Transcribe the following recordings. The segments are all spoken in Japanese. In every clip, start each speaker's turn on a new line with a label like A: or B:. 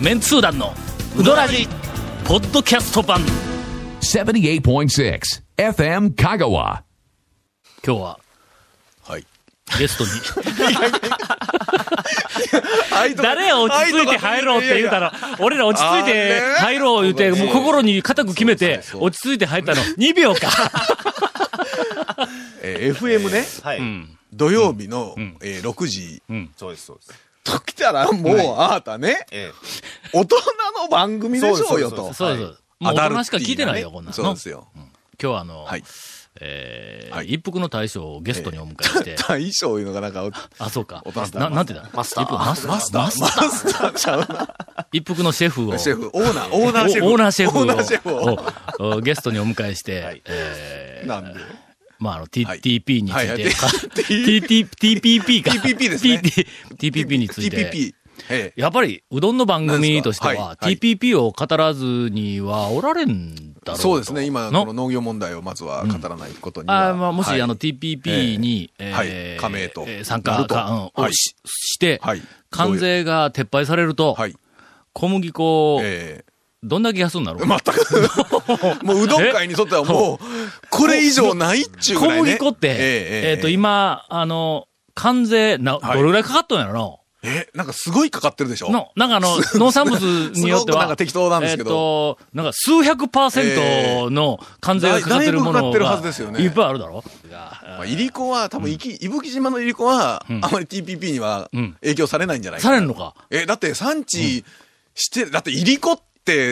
A: メンツー団のウドラジポッドキャスト版
B: 78.6 FM
A: 今
B: Kagawa.
A: 日は
C: はい。
A: ゲストに 誰
C: 誰
A: や落ち着いて入ろうって言うたら俺ら落ち着いて入ろう言うて
C: あれ
A: もう心に固く決めて
C: そうそうそう
A: 落ち着いて入ったの2秒 か
C: えー FM ね、
D: はい、
C: 土曜日の、えー6時
D: そうです、そうです。
C: と来たら、もう、あーたね、
D: え
C: 大人の番組でしょうよ
D: そう
C: と
D: です。
A: そうそうもう大人しか聞いてないよこんなの
C: そうですよ。
A: 今日はあの
C: はい。
A: えー
C: はい
A: 一服の大将をゲストにお迎えして、
C: 大将いうのがなんか、
A: あ、そうか
C: 大人。だ
A: な、なんてだマスター。マスター。マスター。
C: マスターちゃうな。
A: 一服のシェフを。
C: シェフ、オーナー、オーナーシェフ。
A: おオーナーシェフを
C: オーナーシェフを。
A: をおゲストにお迎えして、えー
C: なんで。
A: まあ、あの、T、
C: はい
A: TP につ
C: はい
A: い
C: はい
A: て、 か
C: T-
A: T- T- TPP か。
C: TPP ですね
A: T- T- TPP について。
C: TPP。ええ
A: やっぱり、うどんの番組として
C: なん
A: は、
C: ですかはい
A: TPP を語らずにはおられんだろうと
C: そうですね、今、この
A: の
C: 農業問題をまずは語らないことには。
A: あーまあ、もし、
C: はい
A: あの、TPP に、え
C: はい
A: ー
C: 加盟と
A: えー参
C: な
A: 加
C: ると
A: か、うん
C: は
A: を
C: い
A: しして
C: はい、
A: 関税が撤廃されると、
C: はい。
A: 小麦粉、
C: ええ
A: どんだけ安になる
C: 全く、もううどん会にとってはもう、これ以上ないっちゅう
A: 小
C: ぐらい、ね。
A: 麦粉って、えっ、と、、今、あの、関税、な、
C: はい
A: どれぐらいかかっとんやろの
C: え、なんかすごいかかってるでしょ
A: の、なんかあ の、農産物によって
C: すごく
A: は、
C: なんか適当なんですけど
A: えっ、と、なんか数百パーセントの関税がかかってるもの
C: だいぶかかってる
A: が、
C: はずですよね
A: いっぱいあるだろ
C: まあ、いりこは、多分、いき、伊吹島のいりこは、あまり TPP には
A: ん
C: 影響されないんじゃないか
A: さ
C: な
A: れんのか。
C: え、だって産地して、だっていりこって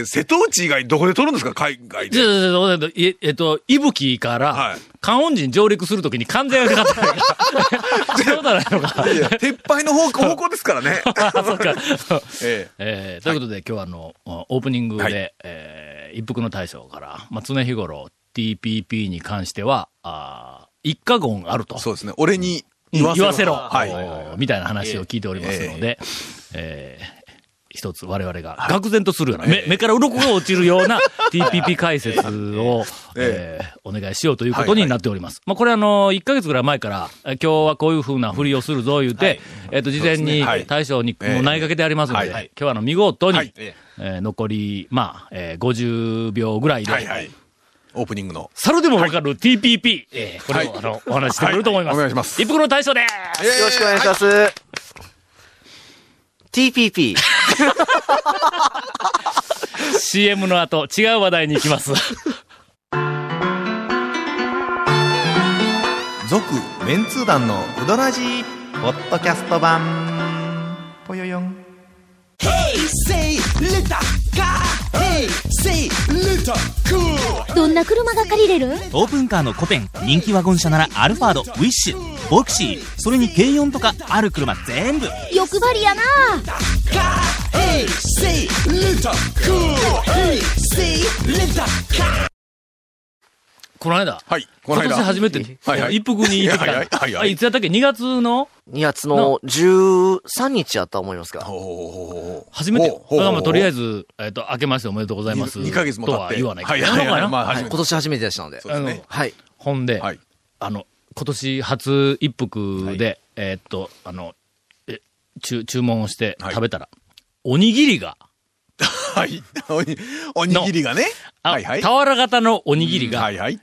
C: 瀬戸内以外どこで取るんですか海外
A: じゃ
C: で。
A: あじゃあええっと、いぶきから、
C: はい
A: 関音人上陸するときに関税がかかってるから。そう いうことはないのか。
C: いや撤廃の方向方向ですからね。
A: あそうか。
C: ええ
A: えーということで、今日はあの、オープニングで、
C: はい
A: えー一服の大将から、まあ、常日頃 TPP に関しては、あー一過言あると。
C: そうですね。俺に
A: うん
C: 言わせろ。
A: は
C: はいい。
A: みたいな話を聞いておりますので、えー一つ我々が愕然とするような、目目から鱗が落ちるよう な TPP 解説を、え
C: え
A: ーお願いしようということになっております。まあこれあの、1ヶ月ぐらい前から、えー今日はこういうふうなふりをするぞ言うて、えっ、と、事前
C: そうです
A: に
C: ねはい
A: 大将にもう投げかけてありますので、
C: ええはい
A: 今日はあの、見事に、
C: はい
D: え
A: えー残り、まあ、えー50秒ぐらいで、
C: はいはい。オープニングの。
A: 猿でもわかる TPP、えーこれを、
C: はい
A: あの、お話ししてくれると思います。
C: はいお願いします
A: 一服の大将です
E: よろしくお願いします。TPP。
A: CM の後、違う話題に行きます。
D: 続、メンツー団のうどらじポッドキャスト版。ぽよよん。
F: どんな車が借りれる
G: オープンカーのコペン人気ワゴン車ならアルファードウィッシュボクシーそれに軽4とかある車全部
F: 欲張りやな
A: この間、
C: はい。この
A: 今
C: 間。
A: 年初めて、
C: はいはい
A: 一服に行ってきた。
C: はいはいはいはい
A: あいつやったっけ ?2 月の
E: 2月の13日やったと思いますが。
C: ほうほうほうほうほう
A: 初めてよ。
C: ほ
A: だから
C: うほうほう
A: まあとりあえず、えっ、と、明けましておめでとうございます。
C: 二二ヶ月も経って
A: とは言わないけど。
C: はいはいはい
A: なんかな
C: まあ
E: は
C: 初
E: い、
C: め
E: 今
C: て
E: 年初めてでしたので。
C: そうですね。
E: はい。
A: ほんで、
C: はい。
A: あの、今年初一服で、えーっと、あの、え注注文をして
C: はい
A: 食べたら、おにぎりが、
C: はい。 おにおにぎりがね。
A: あ
C: はいはい。
A: 俵型のおにぎりが、
C: はいはい。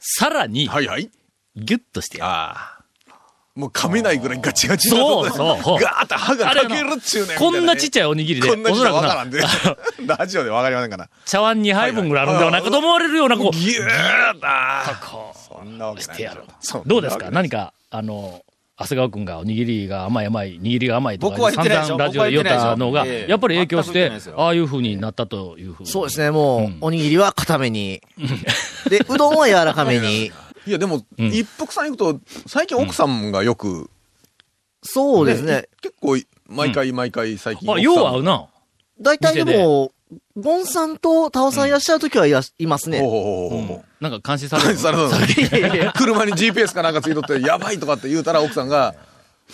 A: さらに、
C: はいはい。
A: ギュッとしてある
C: ああ。もう噛めないぐらいガチガチな
A: そうそう
C: ガーッと歯が
A: あれ
C: か
A: あの
C: けるっちゅうね。
A: こんなちっちゃ
C: ゃ
A: いおにぎりで、
C: こんな
A: お
C: ちっ
A: そ
C: ちゃい
A: ら
C: わ
A: く
C: から
A: なん
C: で。 ラジオでわかりませんかな。
A: 茶碗2杯分ぐらいあるんではないかと思われるような、こう、
C: ギューッだ
A: こう
C: そんなわけ
A: し
C: ない
A: て
C: で
A: や
C: し
A: る
C: ょそんなわけ
A: ど
C: ない。
A: うですか何か、あの、長谷川君がおにぎりが甘い甘い、握りが甘いと
D: 僕は言
A: か、
D: ってないでしょ
A: 々ラジオで言ったのが、
D: 僕は言ってないでしょええ
A: やっぱり影響し
D: 全く言って
A: て
D: ないです、よ
A: ああいう風になったという風に。
E: そうです
A: ね。
E: ね、もう、おにぎりは固めに。で、うどんは柔らかめに。
C: いや、でも、一服さん行くと、最近奥さんがよく、
E: そうですね。
C: 結構、毎回毎回最近。
A: あ、よう合うな。
E: 大体でも、ゴンさんとタオさんいらっしゃるときはいらっしいますね。
C: ほうほうほうほう。
A: なんか監 視される。
C: さ れたの
E: いやいやいや
C: 車に GPS かなんかついとって、やばいとかって言うたら奥さんが、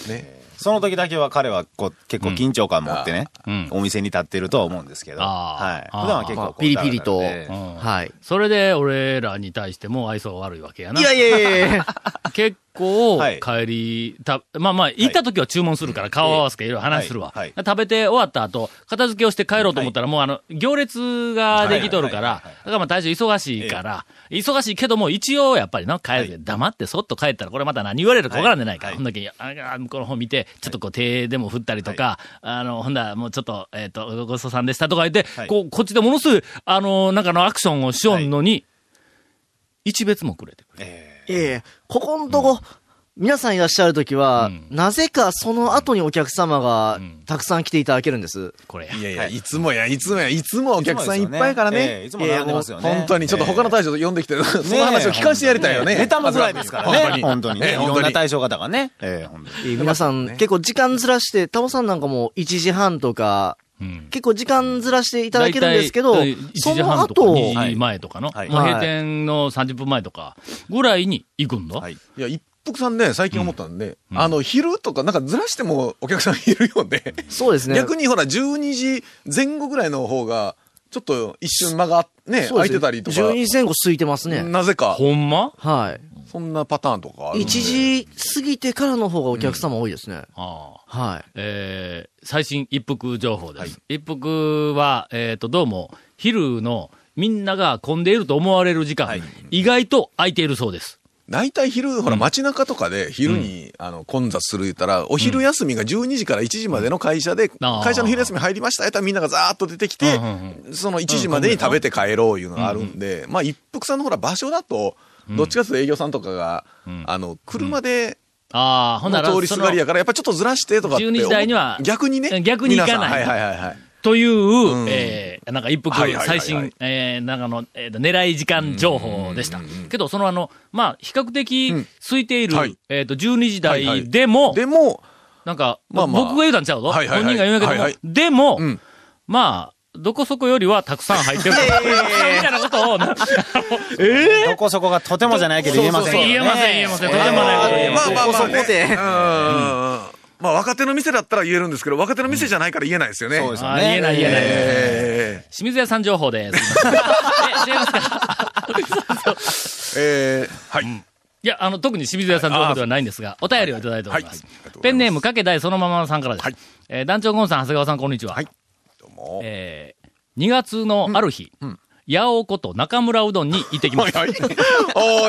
C: ね、
H: その時だけは彼はこう結構緊張感持ってね、
A: うん
H: お店に立ってるとは思うんですけど、
A: あー
H: はい、
A: あー
H: 普段は結
E: ま
H: 構
E: あ
H: こう
E: ピリピリと、
H: ダラダラで
E: はい。
A: それで俺らに対しても愛想悪いわけやな。
E: いやいやいやいや
A: 結構、
H: はい
A: 帰り、た、まあまあ、行った時は注文するから、顔合わせていろいろ話するわ、
H: はいはい
A: 食べて終わった後、片付けをして帰ろうと思ったら、もうあの、行列ができとるから、
H: はいはいはいはい
A: だからまあ大将忙しいから、忙しいけども、一応やっぱりな、帰って、黙ってそっと帰ったら、これまた何言われるかわからんでないから、
H: はい
A: ほんだけ、ああ向こうの方見て、ちょっとこう手でも振ったりとか、あの、ほんだらもうちょっと、えっ、と、ごちそうさんでしたとか言って、
H: はい
A: こう、こっちでものすごい、あの、なんかのアクションをしよんのに、一別もくれてくれ
H: え
E: いやいやここんとこ、皆さんいらっしゃるときは、
A: うん
E: なぜかその後にお客様が
A: ん
E: たくさん来ていただけるんです。
A: これや。
C: いやいや、いつもや、いつもや、いつもお
H: ー
C: 客さんいっぱいからね。
H: いつも並んでますよね。
C: 本当に、ちょっと他の
H: えー
C: 大将と呼んできて、その話を聞かせてやりたいよね。
H: ネタもぐらいですからね。本当に。本当にね。い
C: 本
H: ろ
C: 当
H: んな
C: に。
H: 対象方がね。ええ、本当に。
E: えー皆さん、結構時間ずらして、タモさんなんかも1時半とか、
A: うん
E: 結構時間ずらしていただけるんですけど
A: 大体、1
E: そ
A: 時
E: の
A: 半とか
E: 後、
A: 2時前とかの、
H: はい
A: もう閉店の30分前とかぐらいに行くんだ。
H: はい
C: いや、一服さんね、最近思ったんで、
A: ん
C: あの、昼とか、なんかずらしてもお客さんいるよね。
E: そうですね。
C: 逆にほら、12時前後ぐらいの方が、ちょっと一瞬間がね、
E: そう
C: 空い
E: です
C: てたりとか、
E: 12時前後空いてますね。
C: なぜか、
A: ほんま
E: はい。
C: そんなパターンとかあるんで。
E: 1時過ぎてからの方がお客様多いですね。
A: ああ
E: はい。
A: えー最新一服情報です。一服は、えっ、と、どうも、昼のみんなが混んでいると思われる時間、意外と空いているそうです。
C: 大体昼、ほら、街中とかで昼に、あの、混雑する言ったら、お昼休みが12時から1時までの会社で、
A: あー
C: 会社の昼休み入りましたやったらみんながざーっと出てきて
A: うん、
C: その1時までに食べて帰ろういうのがあるんで、まあ、一服さんのほら、場所だと、どっちかというと営業さんとかが、あの、車で、
A: ああ、ほんなら、
C: の通りすがりやから、やっぱちょっとずらしてとかって。
A: 12時台には
C: 逆にね。
A: 逆に行かない
C: 皆さんはいはいはいはい。
A: という、
C: ん
A: えーなんか一服
C: はいはいは
A: 最
C: いはい
A: 新、えーなんかの、えー狙い時間情報でした。けど、そのあの、まあ、比較的空いている、
C: はい
A: えっ、と、12時
C: はいは
A: 台
C: い
A: でも、
C: でも、
A: なんか、
C: まあまあ
A: 僕が言うたんちゃうぞ。
C: はいはいはい
A: 本人が言うんやけども、
C: はいはい
A: でも、
C: うん
A: まあ、どこそこよりはたくさん入っ てる。みたいなことを、な
H: どこそこがとてもじゃないけど言えませんよね。
A: 言えません、言えません。とてもないこと言えま
C: ま
A: せ
C: あ
A: ん。
C: まあまあね、
E: そこで
C: うんまあ若手の店だったら言えるんですけど、若手の店じゃないから言えないですよね。
H: そうですよ
A: あー言えない、言えない。
C: え
A: 清水屋さん情報 です。え違いますか
C: ーえーはい。
A: いや、あの、特に清水屋さん情報ではないんですが、お便りをいただいております。
C: はいありがとうございます
A: ペンネーム、かけだいそのままさんからです。
C: はい
A: えー団長ゴンさん、長谷川さん、こんにちは。
C: どうも。
A: えー、2月のある日、八尾こと中村うどんに行ってきま
C: はい
A: した。
C: はい。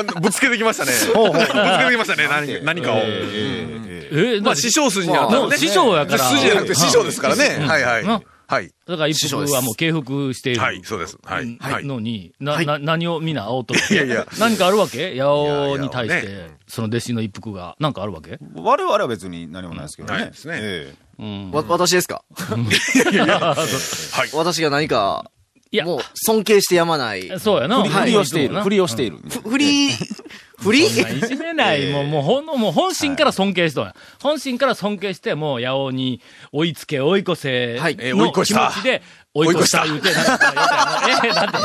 C: おーぶつけてきましたね。ぶつけてきましたね、何何かを。
A: えー
C: まあ師匠筋にあった
A: も
C: ら
A: う
C: ね。
A: 師匠やから。
C: 筋じゃなくて師匠ですからね。はいは
A: うん
C: い。はい。
A: だから一服はもう敬服している。
C: はい、そうです。はい。はい。
A: のに、な、な、何をみんな煽っとる。
C: いやいや
A: 何かあるわけ八尾
C: いや
A: に対し
C: いや
A: て、その弟子の一服が、何かあるわけ
H: 我々は別に何もないですけどね。
C: ないですね
H: ええ
E: わ、私ですか
C: はい
E: 私が何か、
A: いや、
E: もう尊敬してやまない。
A: そうやな。
E: ふり
H: ふりをしている。ふ
A: 振り
H: りをしている。
E: フリー、フリ
A: そんな
E: ー
A: いじめない。もう、もう、ほんの、もう本心から尊敬しとんや本心から尊敬して、もう、八尾に追いつけ、追い越せ。
E: はい
C: えー追い
A: の
C: 越
A: 気
C: し
A: 持
C: た
A: ちで、追い越した言うて、なんか言うて、えーなんで、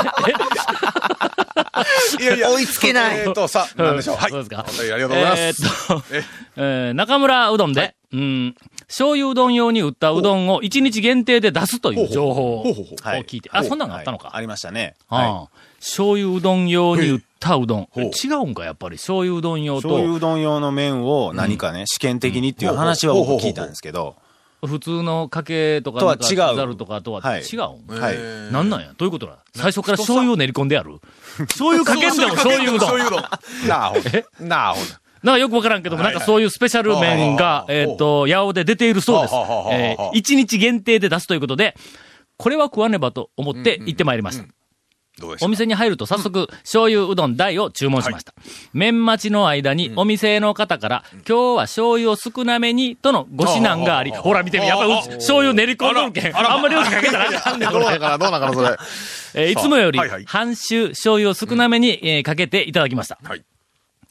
C: いやいや
E: 追いつけない
C: えっと、さ、なんでしょう。はい。
A: そうですか
C: お便りありがとうございます。
A: えーっと、えー中村うどんで、うん、醤油うどん用に売ったうどんを1日限定で出すという情報を
C: ほうほうほう
H: はい
A: 聞いて、あ、そんなのがあったのか。
H: はいありましたね。
A: ああ醤油うどん用に売ったうどん。
C: ほう
A: 違うんか、やっぱり。醤油うどん用
H: 醤油
A: と、
H: うどん用の麺を何かね、試験的にっていう話は僕聞いたんですけど。
A: 普通のかけとか、
H: とは
A: なんか
H: 違う
A: ざるとかとは
H: はい
A: 違うん。
H: はい。
A: なんなんやどういうことだ最初から醤油を練り込んでや る醤油かけんでも醤油うどん。
C: 醤油う
H: なあ、ほんなあ、ほん
A: なんかよくわからんけども、なんかそういうスペシャル麺が、えっと、八尾で出ているそうです
C: はあはあはあ。はあ
A: えー一日限定で出すということで、これは食わねばと思って行ってまいりました。
C: どうで
A: お店に入ると早速、醤油うどん大を注文しました。麺待ちの間に、お店の方から、今日は醤油を少なめに、とのご指南があり、ほら見てみ、やっぱりうち醤油練り込んどるけん。あんまり料理かけたらあかんねん、これ。
C: かな、どうなのかな、それ。
A: えーいつもより、
C: はいはい
A: 半周醤油を少なめに、えーかけていただきました。
C: はい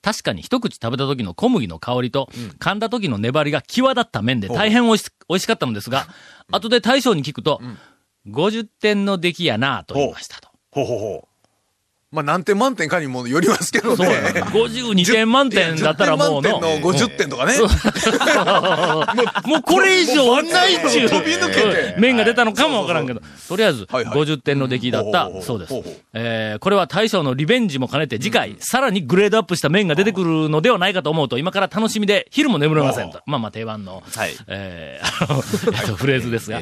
A: 確かに一口食べた時の小麦の香りと、噛んだ時の粘りが際立った麺で大変おいし美味しかったのですが、後で大将に聞くと、50点の出来やなぁと言いましたと。
C: ほうほうほまあ何点満点かにもよりますけど
A: そう
C: ね。
A: や な。52点満点だったらもうの。
C: 10点満点の50点とかね。
A: もうこれ以上はないっちゅう。
C: 飛び抜けて
A: 面が出たのかもわからんけど。とりあえず、
C: はいはい
A: 50点の出来だった
C: ほうほうほう
A: そうです
C: ほうほう。
A: えーこれは大将のリベンジも兼ねて次回、さらにグレードアップした面が出てくるのではないかと思うと、今から楽しみで、昼も眠れませんと。まあまあ定番の、
H: はい
A: えーあのえっとフレーズですが。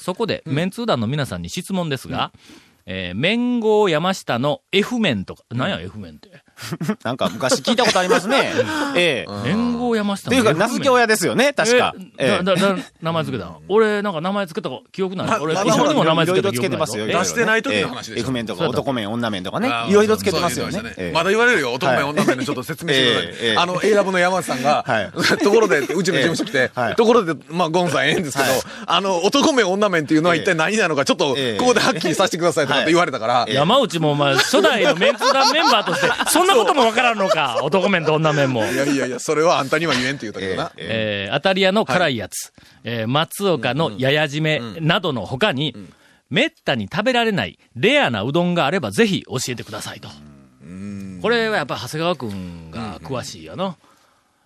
A: そこで、メンツー団の皆さんに質問ですが、えー、面号山下の F 面とか、なんや F 面って。
H: なんか昔聞いたことありますね。ええ。
A: 面号山下
H: と
A: の
H: い
A: F
H: うか、
A: 面。
H: 名付け親ですよね、確か。
A: え
H: ええ。
A: だ、だ、だ名前付けたの俺、なんか名前付けた記憶ない。俺、
C: ま
A: 一緒にも名前付けた
H: い
A: 記
H: ろ
A: 憶
H: いろつけて
A: ない
H: ますよ。
A: え
C: 出してない時の話でしょ
H: F 面と
A: そう
H: か
A: だ
H: 男面、女面とか ね
C: あ。ー
H: いろいろつけてますよね
C: そういうので。
H: ええ
C: まだ言われるよ、男
H: は
C: 前、
H: い
C: 女前のちょっと説明してくださ
H: えええ
C: い。
H: え
C: あの、A ラブの山内さんが
H: はい、
C: ところで、うちの事務所来て
H: はい、
C: ところで、まあ、ゴンさんええんですけど
H: はい、
C: あの、男面、女面っていうのは一体何なのか、ちょっと、こ
H: ええ
C: こではっきりさせてくださいとかって言われたから、
A: 山内もお前、初代のメンツ団メンバーとして、そんなこともわからんの か。男面と女面も。
C: いやいやいや、それはあんたには言えんって言ったけどな。
A: えー、アタリアの辛いやつ、えー松岡のややじめなどの他に、めったに食べられないレアなうどんがあればぜひ教えてくださいと。これはやっぱ長谷川くんが詳しいよな。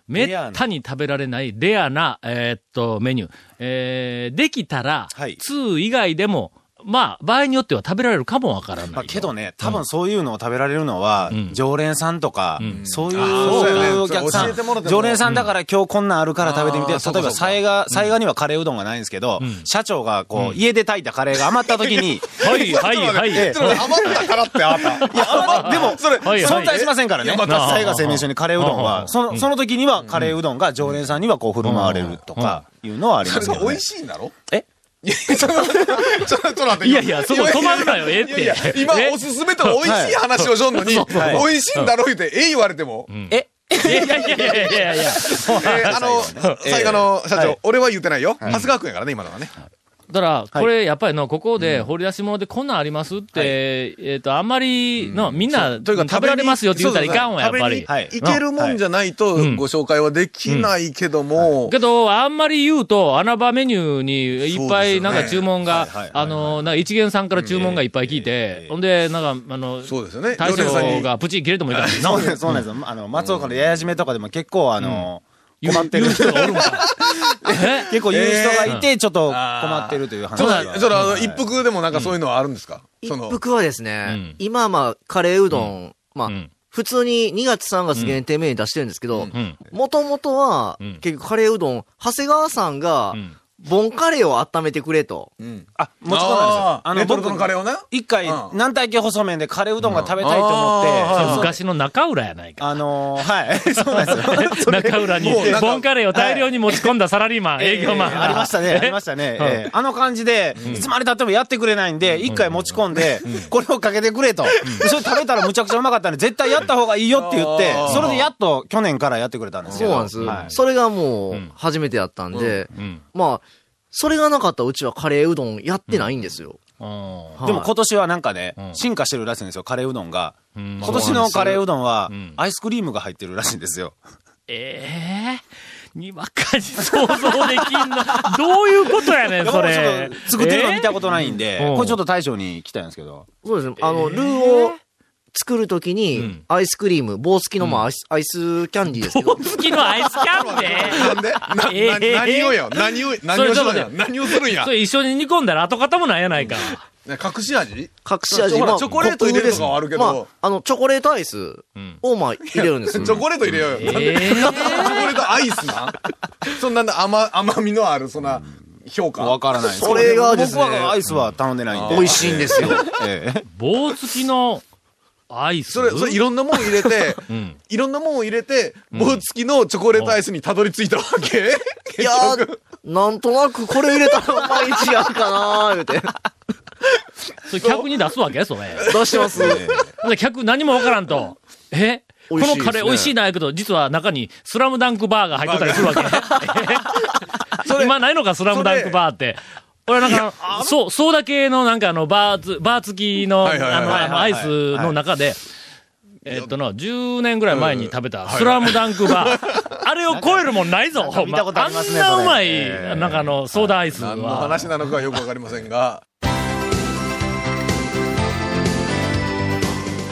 A: めったに食べられないレアな、えーっと、メニュー。えー、できたら、
H: はい
A: 2以外でも、まあ、場合によっては食べられるかもわからないよ、
H: まあ、けどね、多分そういうのを食べられるのは、
A: ん
H: 常連さんとか、そうい
C: あそうやね
H: うお客さ
C: 教え
H: ん
C: てもろて、も
H: 常連さんだから今日こんなんあるから食べてみて、
C: あーそうか
H: 例えば、
C: そうか
H: さえが、さえがにはカレーうどんがないんですけど、社長がこう、家で炊いたカレーが余った時に、
A: はい、はい、はい。
H: ええ
C: それ余ったからってあんた。
H: いや、余っで も、それ、
A: はいはい
H: 存在しませんからね。
A: いやまた
H: さえが製麺所にカレーうどん
A: うん
H: は、その、その時にはカレーうどんが常連さんにはこう振る舞われるとか、いうのはあり
C: そ
H: ま
C: れ
H: す
C: が
H: けど
C: 美
H: ね
C: 味。しいんだろ
H: え
C: いやちょっと待ってちょっと待って
A: いやいやそこ止まるなよ
C: いやいや
A: ええって
C: 今
A: え、
C: おすすめと美味しい話をしょんの に、美
H: はい
C: 味しいんだろ言うて、ええ言われても。
H: え
A: いやいやいやいやいやいや。
C: えーあの、最後の社長、俺は言ってないよ。長谷川くんやからね、今のはね。
A: だから、これ、やっぱりの、ここで掘り出し物でこんなんありますって、えっ、と、あんまり、の、みんな、
C: というか
A: 食べられますよって言ったらいかんわ、やっ
C: 食べ
A: ぱ
C: に
A: り。
H: はい
C: いけるもんじゃないと
A: ん
C: ご紹介はできないけども、
A: けど、あんまり言うと、穴場メニューにいっぱい、なんか注文が、
H: そうですよねはいはい
A: あの、なんか一元さんから注文がいっぱい聞いて、ほんで、なんか、あの、
C: そうですよね。
A: 大
C: 常連さん
A: 将
C: に
A: がプチ切れてもいいからな、
H: そうなんです、そうなんです。あの、松岡のややじめとかでも結構、あの、困ってる
A: 言う人がおるんか。え
H: 結構言う人がいて、ちょっと困ってるという話
C: ちょっ
H: が
C: と、ちょっとあの、
H: はい
C: 一服でもなんかそういうのはあるんですか
E: 一
C: その、
E: 服はです
A: うん
E: ね、今はまあ、カレーうどん、まあ
A: ん、
E: 普通に2月3月限定メニュー出してるんですけど
A: ん、
E: もともとは
A: ん、
E: 結局カレーうどん、長谷川さんが
A: ん、
E: ボンカレーを温めてくれと。
C: うん
H: あ、もちろんなんですよ
C: あ。ーレトルト
H: 僕
C: のカレーをな。
H: 一回
C: う、ん
H: 軟体系細麺でカレーうどんが食べたいと思って
C: うんあー、
H: そう
A: 昔の中浦やないか。
H: あのー、はい、 そうなんですよ。
A: 中浦に
C: もうなん、か
A: ボンカレーを大量に持ち込んだサラリーマン、営業マン
H: えー
A: が。
H: ありましたね、ありましたね。えーあの感じで、いつまで経ってもやってくれないんで、一回持ち込んで、これをかけてくれと。それ食べたらむちゃくちゃうまかったんで、絶対やった方がいいよって言って
C: あー、
H: それでやっと去年からやってくれたんです
E: そ
H: よ。
E: うなんです
H: は。い
E: それがもう、初めてやったんで、まあ、それがなかったらうちはカレーうどんやってないんですよ。
A: うん
E: はい
H: でも今年はなんかね
A: う、ん
H: 進化してるらしいんですよ、カレーうどんが。
A: ん
H: 今年のカレーうどんは
A: ん、
H: アイスクリームが入ってるらしいんですよ。
A: ええにわかに想像できんの。どういうことやねん、それ
H: 僕もちょっ。と作ってるの見たことない
A: え
H: ん
A: ー
H: で、これちょっと大将に来たんですけど。
E: そうですね。あの、ルーを作るときに、アイスクリーム、棒付きのまあアイスアイスキャンディーです けど
A: 好、きのアイスキャンデ
C: なんで
A: え
C: な
A: ー
C: な何をよ何を、何を
A: それ
C: しろや
A: ちょっと待って
C: 何をするんや
A: ーそれ一緒に煮込んだら跡形もないやないか。
C: ね隠し味
E: 隠し味
C: ほら
E: まあ
C: チョコレート入れるとかはあるけど
E: まあ、あの、チョコレートアイスを、まあ、入れるんです
C: チ
E: よ。
C: ョコレート入れようよ。なんで
A: ええ
C: チョコレートアイスなんそんな甘、甘みのある、そんな評価。
H: わからないです
E: それがですね
H: 僕はアイスは頼んでないんで。
E: 美味しいんですよ。
H: ええ
A: 棒付きのアイス。
C: それ、それいろんなもん入れて、いろんなもんを入れて、棒付きのチョコレートアイスにたどり着いたわけ
E: いやー、なんとなくこれ入れたら毎日やるかなー、言うて。
A: それ客に出すわけそれ。
E: 出してます。
A: で客何もわからんと。え
E: 美
A: こ
E: 味
A: の
E: しいですね
A: カレー美味しいなやけど、実は中にスラムダンクバーが入ってたりするわけ。え
C: れ
A: 今ないのか、スラムダンクバーって。俺なんか、そう、そうだけのなんかあの、バーツ、バー付きの、あ
C: はいはいはい
A: の、あのアイスの中で、えっとの、10年ぐらい前に食べた、スラムダンクバー。あれを超えるもんないぞ、ほん
H: 見
A: ま。
H: たことあ
A: あ
H: ります
A: ん
H: ね
A: なうま
H: それ
A: い、
H: ええ
A: なんかあの、ソーダアイス
C: 何の
A: は。
C: 話なのかよくわかりませんが。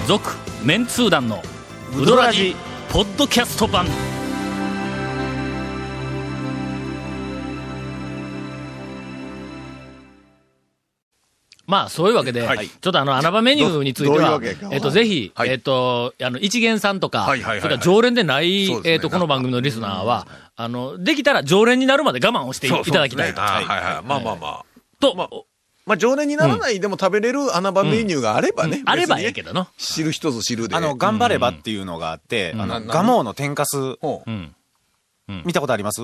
A: 続メンツー団のウドラジポッドキャスト版まあ、そういうわけで、
C: はい
A: ちょっとあの、穴場メニューについて
C: どどういう
A: は
C: わけか、
A: えっと、ぜひ、
C: はい
A: えっと、あの、一元さんとか、
C: はいはいはいはい
A: それから常連でない、
C: そうですね
A: えっと、この番組のリスナーは、あの、できたら常連になるまで我慢をしてい
C: そう
A: いただきたい
C: そ
A: と。
C: うですねあーはいはい。まあまあまあ。
A: と、
C: まあまあ、常連にならないでも食べれる穴場メニューがあればね。
A: あればええ
C: 別
A: け
C: に
A: どな。
C: 知る人ぞ知るで。
H: あの、頑張ればっていうのがあって、あの、ガモーの天かす、
C: ほう
A: うん。
H: 見たことあります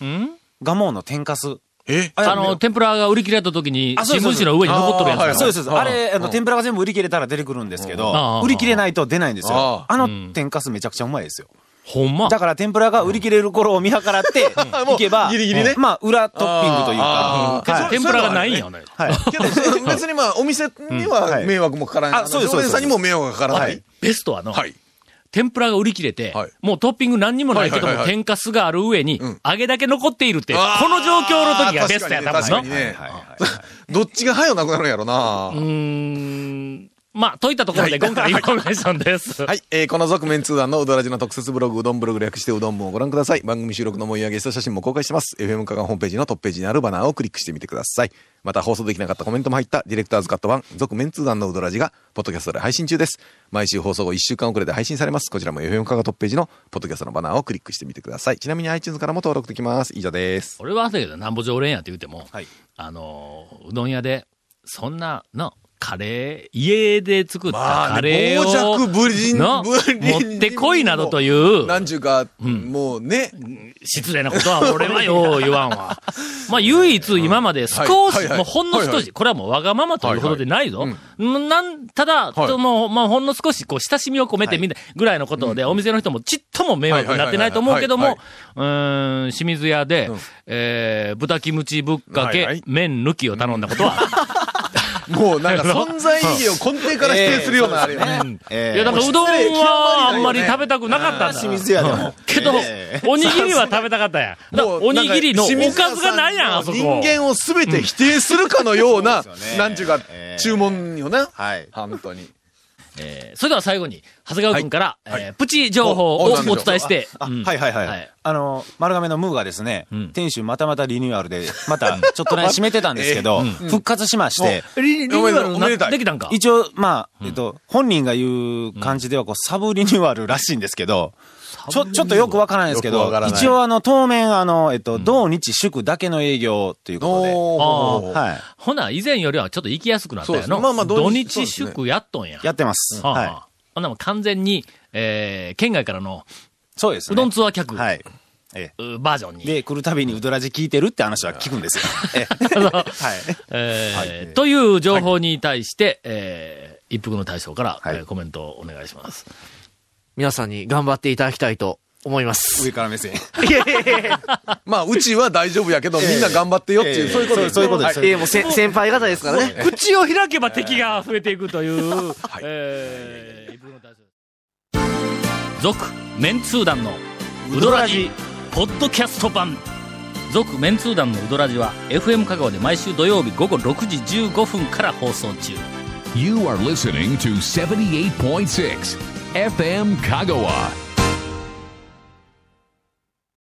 A: うん
H: ガモーの天かす。
C: え
H: あ
A: あの、天ぷらが売り切れた時に、
H: あそう
A: 新
H: そう
A: 聞紙の上に残っとるやつ
C: あーはいはい
H: そうです、そうです。
C: うん
H: あれ、あの、天ぷらが全部売り切れたら出てくるんですけ
A: あ
H: ど
A: あ、
H: 売り切れないと出ないんですよ
C: あ。
H: あ
A: う
H: の
A: ん
H: 天かすめちゃくちゃうまいですよ。
A: ほんま。
H: だから天ぷらが売り切れる頃を見計ら って、行けば、
C: ギリギリね
H: まあ、裏トッピングというか
C: あ、ー
H: はい
A: 天ぷらがないんや、ね。
H: はい。
C: けど、それ別にまあ、お店には迷惑もかからない。
H: あそうです
C: 常連さんにも迷惑がかからな
A: はいい。ベストはの、
C: はい。
A: 天ぷらが売り切れて、
C: はい
A: もうトッピング何にもないけど
C: はいは
A: も、
C: いはいはい
A: 天かすがある上に、
C: うん
A: 揚げだけ残っているって、こ
C: あー
A: の状況の時がベストや、多分
C: 確か
A: の
C: に。ね。
H: はいはい
C: 確かにね どっちが早うなくなるんやろな。
A: うーん。まあ、といったところで今回のインフォメーションです。
C: はい、えーこの続面通談のうどらじの特設ブログ、うどんブログ略してうどん文をご覧ください。番組収録の模様やゲスト写真も公開してます。FM 加賀ホームページのトップページにあるバナーをクリックしてみてください。また放送できなかったコメントも入ったディレクターズカット版、続面通談のうどらじが、ポッドキャストで配信中です。毎週放送後1週間遅れで配信されます。こちらも FM 加賀トップページのポッドキャストのバナーをクリックしてみてください。ちなみに iTunes からも登録できます。以上です。
A: 俺はだけど、なんぼ常連やって言うても、
H: はい
A: あのー、うどん屋で、そんな、な、カレー、家で作ったカレーを、
C: まあね傍若無人
A: な
C: 無人にも
A: 持ってこいなどという、
C: なんちゅうか、もうね、
A: 失礼なことは俺はよう言わんわ。 まあ唯一今まで少
C: はいはい
A: し、
C: はい
A: もうほんの
C: はい
A: 少
C: は
A: し、これはもうわがままというほどでないぞ。んなん、ただ、
C: はい
A: その、まあほんの少しこう親しみを込めてみたぐらいのことで、お店の人もちっとも迷惑になってないと思うけど
C: はい
A: も
C: は、
A: うーん、清水屋で
C: うん、
A: えー、豚キムチぶっか
C: はいは
A: け
C: い、
A: 麺抜きを頼んだことは、
C: もうなんか存在意義を根底から否定するようなあれよね。
H: えー
A: いや、だからうどん
C: 失礼極
A: はあんま
C: まり
A: り
C: ないよね
A: 食べたくなかったんだ。
H: 清水屋でも
A: うんけど
H: え、
A: おにぎりは食べたかったやん。だからおにぎりのおかずがないやん、あそこ。
C: 人間を全て否定するかのような、
H: そうですよね
C: なんちゅうか
H: え、ー
C: 注文よな。
H: はい。
C: 本当に。
A: えーそれでは最後に、長谷川君から、えープチ情報を
C: お
A: お
C: おなんでしょう
A: 伝えして、
H: あ、
A: うん
H: はいはいはい。
A: はい
H: あの、丸亀のムーがですね、
A: ん
H: 店主またまたリニューアルで、またちょっとね、閉めてたんですけど、復活しまして、
A: リニューアル
C: おめでた
A: ないできたんか
H: 一応、まあ、えっと、本人が言う感じでは、こう、サブリニューアルらしいんですけど、ちょ、ちょっとよくわからないですけ
C: よくわ
H: ど
C: から、ない
H: 一応、あの、当面、あの、えっと、土日祝だけの営業というこ
A: あー
C: お
H: とで、
C: ー。
H: はい、
A: ほな、以前よりはちょっと行きやすくなったや
C: そうで
A: の。
C: すまあまあ
A: 土
C: 土日
A: 日
C: そうです
A: 祝やっとんや。
H: やってます。
A: はあはあ
H: はい。
A: ほんなもう完全に、えー県外からの
H: そうですね。
A: うどんツアー客、
H: はい。え
A: うバージョンに
H: え。。で、来るたびにうどらじ聞いてるって話は聞くん ですよ。ええはい。
A: えーという情報に対して、えー一服の大将から、えーコメントをお願いします。
E: 皆さんに頑張っていただきたいと思いま す。
H: 上から 目線。
C: まあ、うちは大丈夫やけど、みんな頑張ってよっていう、そういうことです。
H: そういうことです。
E: えー、もうせ先輩方ですからね。
A: 口を開けば敵が増えていくという、えー一服の大将。続、メンツー団の、ウドラジ、ポッドキャスト版。続、メンツー団のウドラジは、FM 香川で毎週土曜日午後6時15分から放送中。
B: You are listening to 78.6 FM Kagawa.